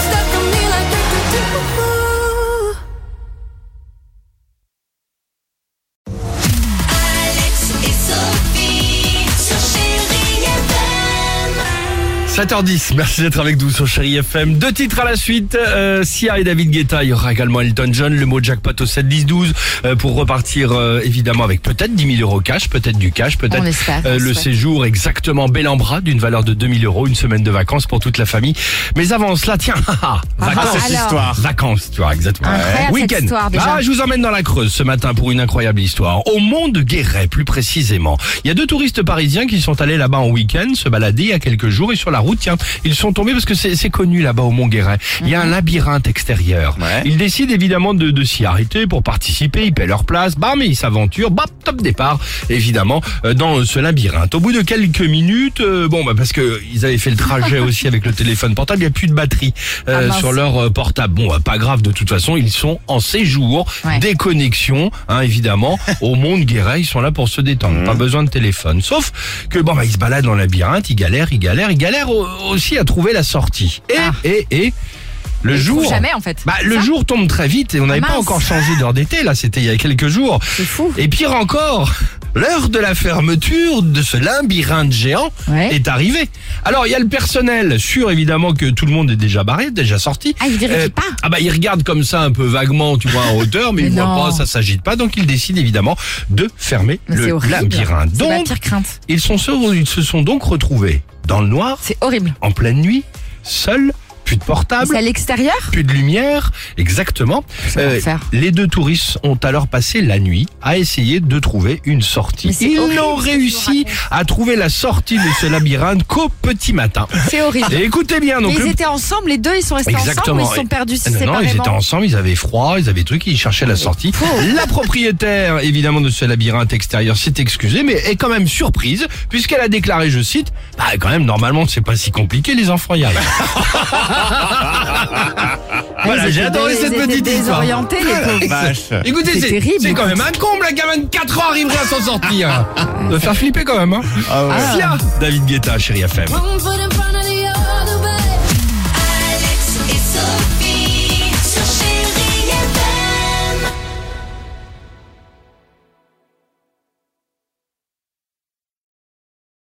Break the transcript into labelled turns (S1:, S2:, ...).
S1: stuck on me like do, do, do. Alex et Sophie sur Chérie FM.
S2: 7h10, merci d'être avec nous sur Chéri FM. Deux titres à la suite, euh, Sia et David Guetta, il y aura également Elton John, le mot jackpot au 7-10-12 euh, pour repartir euh, évidemment avec peut-être 10 000 euros cash, peut-être du cash, peut-être
S3: On espère,
S2: euh,
S3: on
S2: le
S3: souhaite.
S2: séjour exactement bel en bras d'une valeur de 2000 euros, une semaine de vacances pour toute la famille. Mais avant cela, tiens, haha, vacances,
S3: cette Ah, alors. histoire.
S2: vacances, tu vois exactement.
S3: Incroyable, cette
S2: Week-end.
S3: histoire, déjà.
S2: Ah, je vous emmène dans la Creuse ce matin pour une incroyable histoire. Au Mont de Guéret, plus précisément. Il y a deux touristes parisiens qui sont allés là-bas en week-end, se balader il y a quelques jours, et sur la route, tiens, ils sont tombés parce que c'est c'est connu là-bas au Mont Guéret. Il y
S3: Mhm.
S2: a un labyrinthe extérieur.
S4: Ouais.
S2: Ils décident évidemment de, de s'y arrêter pour participer, ils paient leur place, bam, et ils s'aventurent, bam, top départ, évidemment, euh, dans ce labyrinthe. Au bout de quelques minutes, euh, bon, bah, parce que ils avaient fait le trajet aussi avec le téléphone portable, il n'y a plus de batterie euh,
S3: Ah, mince.
S2: sur leur euh, portable. Bon, euh, pas grave, de toute façon, ils sont en séjour,
S3: Ouais.
S2: déconnexion, hein, évidemment, au monde guéret, ils sont là pour se détendre, pas besoin de téléphone. Sauf que, bon, bah, ils se baladent dans le labyrinthe, ils galèrent, ils galèrent, ils galèrent au- aussi à trouver la sortie. Et,
S3: Ah.
S2: et, et, le
S3: Ils
S2: jour...
S3: trouvent jamais en fait.
S2: Bah, le
S3: Ça,
S2: jour tombe très vite et on n'avait pas
S3: mince.
S2: encore changé d'heure d'été, là, c'était il y a quelques jours.
S3: C'est fou.
S2: Et pire encore, l'heure de la fermeture de ce labyrinthe géant
S3: Ouais.
S2: est arrivée. Alors, il y a le personnel, sûr évidemment que tout le monde est déjà barré, déjà sorti.
S3: Ah, il vérifie pas.
S2: Ah bah, il regarde comme ça un peu vaguement, tu vois, en hauteur, mais,
S3: Mais
S2: il voit
S3: non.
S2: pas, ça s'agite pas, donc il décide évidemment de fermer
S3: Mais c'est
S2: le
S3: horrible.
S2: labyrinthe.
S3: C'est ma
S2: Donc,
S3: pire crainte.
S2: ils, sont, se- ils se sont donc retrouvés dans le noir,
S3: C'est horrible.
S2: en pleine nuit, seuls, plus de portable,
S3: C'est à l'extérieur
S2: plus de lumière, exactement. Euh,
S3: C'est l'enfer.
S2: les deux touristes ont alors passé la nuit à essayer de trouver une sortie.
S3: Mais c'est
S2: Ils
S3: horrible
S2: n'ont
S3: ce que tu
S2: réussi
S3: nous
S2: à trouver la sortie de ce labyrinthe qu'au petit matin.
S3: C'est horrible.
S2: Et écoutez bien,
S3: Mais
S2: donc
S3: ils
S2: le-
S3: étaient ensemble, les deux, ils sont restés ensemble ou
S2: Exactement.
S3: ils se sont perdus si
S2: non, non, ils étaient
S3: séparément
S2: ensemble, ils avaient froid, ils avaient truc, ils cherchaient la sortie. La propriétaire, évidemment, de ce labyrinthe extérieur s'est excusée, mais est quand même surprise, puisqu'elle a déclaré, je cite, bah, quand même, normalement, c'est pas si compliqué, les enfants y arrivent. Voilà,
S3: Ils
S2: j'ai
S3: étaient
S2: adoré
S3: dés-
S2: cette
S3: ils étaient
S2: petite histoire.
S3: désorientés, les pauvres.
S4: Vache.
S2: Écoutez,
S3: C'est
S2: c'est
S3: terrible,
S2: c'est quand
S3: écoute.
S2: même un comble, un gamin de 4 ans arriverait à s'en sortir. De faire flipper quand même. Hein.
S4: Ah ouais.
S2: Sia, David Guetta, chérie FM.
S1: One foot in